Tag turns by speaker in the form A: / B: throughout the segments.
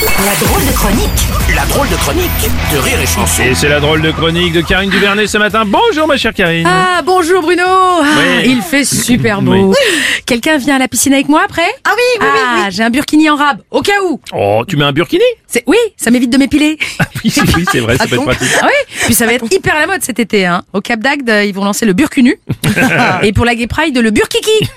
A: La drôle de chronique
B: La drôle de chronique de Rire et Chanson.
C: Et c'est la drôle de chronique de Karine Duvernay ce matin. Bonjour ma chère Karine.
D: Ah bonjour Bruno Ah,
C: Oui.
D: Il fait super beau Quelqu'un vient à la piscine avec moi après Ah oui, oui, Ah, j'ai un burkini en rab, au cas où
C: Oh, tu mets un burkini
D: C'est Oui, ça m'évite de m'épiler
C: Oui, oui, c'est vrai, ça peut être pratique.
D: Ah oui, puis ça va être hyper à la mode cet été. Hein. Au Cap d'Agde, ils vont lancer le burkunu. Et pour la Gay Pride, le burkiki.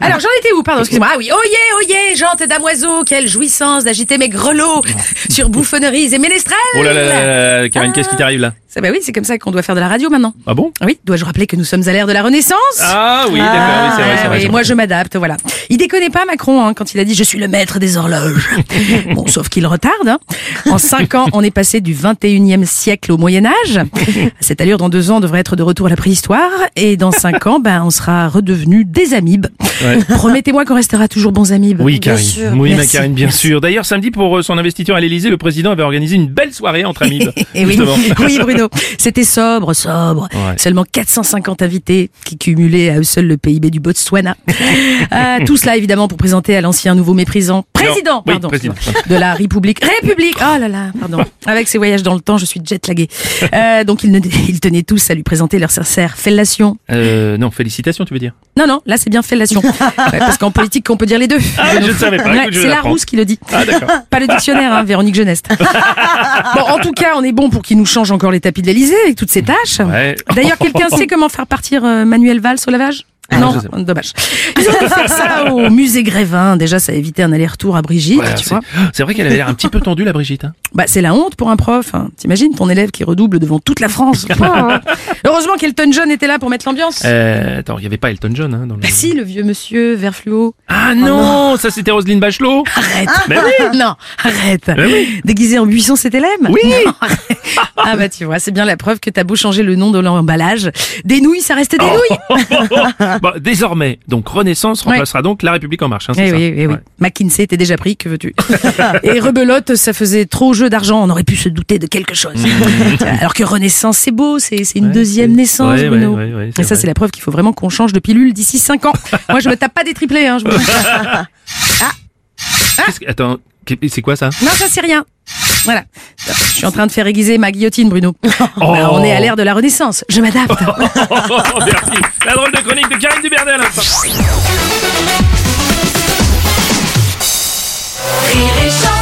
D: Alors j'en étais où Pardon, excusez-moi. Ah oui, oh yeah, oh yeah, jante et damoiseau, quelle jouissance d'agiter mes grelots sur bouffonneries et ménestrels.
C: Oh là là là là là, Karine, qu'est-ce qui t'arrive là
D: Ça, bah oui, c'est comme ça qu'on doit faire de la radio maintenant.
C: Ah bon
D: Ah Oui, dois-je rappeler que nous sommes à l'ère de la Renaissance
C: Ah oui, d'accord, oui, c'est vrai, c'est
D: Ah,
C: vrai.
D: oui,
C: c'est
D: moi
C: vrai.
D: je m'adapte, voilà. Il déconne pas Macron hein, quand il a dit je suis le maître des horloges. bon, sauf qu'il retarde. hein. En cinq ans, on est passé du 21e siècle au Moyen Âge. À Cette allure, dans deux ans, on devrait être de retour à la préhistoire. Et dans cinq ans, ben, on sera redevenu des amibes.
C: Ouais.
D: Promettez-moi qu'on restera toujours bons amibes.
C: Oui,
D: Bien
C: Karine.
D: sûr.
C: Oui, ma
D: Merci.
C: Karine, bien sûr. D'ailleurs, samedi, pour euh, son investiture à l'Elysée, le président avait organisé une belle soirée entre amis.
D: Et oui,
C: justement.
D: oui, Bruno, c'était sobre, sobre.
C: Ouais.
D: Seulement 450 invités qui cumulaient à eux seuls le PIB du Botswana. Euh, tout cela évidemment pour présenter à l'ancien nouveau méprisant président,
C: oui,
D: pardon,
C: président.
D: excuse-moi, de la République. République. Oh là là, pardon. Avec ses voyages dans le temps, je suis jet lagué. Euh, donc ils, ne- ils tenaient tous à lui présenter leur sincère fellation.
C: Euh, non, félicitations, tu veux dire
D: Non, non, là c'est bien fellation, Ouais, parce qu'en politique on peut dire les deux.
C: Ah, je ne savais pas.
D: Ouais,
C: Écoute, je vais
D: c'est la
C: l'apprendre.
D: rousse qui le dit.
C: Ah, d'accord.
D: Pas le dictionnaire, hein, Véronique Geneste. bon, en tout cas, on est bon pour qu'il nous change encore les tapis de l'Elysée avec toutes ces tâches.
C: Ouais.
D: D'ailleurs, quelqu'un sait comment faire partir euh, Manuel Valls au lavage non,
C: Ah, je sais pas.
D: dommage. Ils ont dû faire ça au musée Grévin. Déjà, ça a évité un aller-retour à Brigitte,
C: Ouais,
D: tu
C: c'est-
D: vois.
C: Oh, C'est vrai qu'elle avait l'air un petit peu tendue, la Brigitte. hein.
D: Bah, c'est la honte pour un prof. hein. T'imagines ton élève qui redouble devant toute la France. Ah, hein. Heureusement qu'Elton John était là pour mettre l'ambiance.
C: Euh, attends, il n'y avait pas Elton John. Hein, dans le...
D: Bah si, le vieux monsieur vert fluo.
C: Ah non, Ah, ça c'était Roselyne Bachelot.
D: Arrête.
C: Mais
D: Non, arrête.
C: Mais oui.
D: Déguisé en buisson, c'était l'aime
C: Oui.
D: Non, arrête. Ah bah tu vois, c'est bien la preuve que t'as beau changer le nom de l'emballage. Des nouilles, ça reste des
C: Oh,
D: nouilles.
C: Bon, Bah, désormais, donc Renaissance
D: Ouais.
C: remplacera donc La République en marche. hein, c'est
D: Eh
C: ça
D: oui, eh oui.
C: Ouais.
D: McKinsey était déjà pris, que veux-tu Et Rebelote, ça faisait trop jeu d'argent, on aurait pu se douter de quelque chose. Alors que Renaissance, c'est beau, c'est c'est une
C: Mm. Ouais,
D: deuxième
C: c'est-
D: naissance,
C: ouais,
D: Bruno.
C: ouais, ouais, ouais, c'est
D: Et ça,
C: vrai.
D: c'est la preuve qu'il faut vraiment qu'on change de pilule d'ici 5 ans. Moi, je me tape pas des triplés, hein, je vous le dis.
C: Qu'est-ce que- Attends, qu'est- c'est quoi ça
D: Non, ça, c'est rien. Voilà. Je suis en train de faire aiguiser ma guillotine, Bruno.
C: Oh.
D: Bah, on est à l'ère de la Renaissance. Je m'adapte.
C: Merci. La drôle de chronique de Karine Duberdel. à l'instant.
A: Rire et Chanson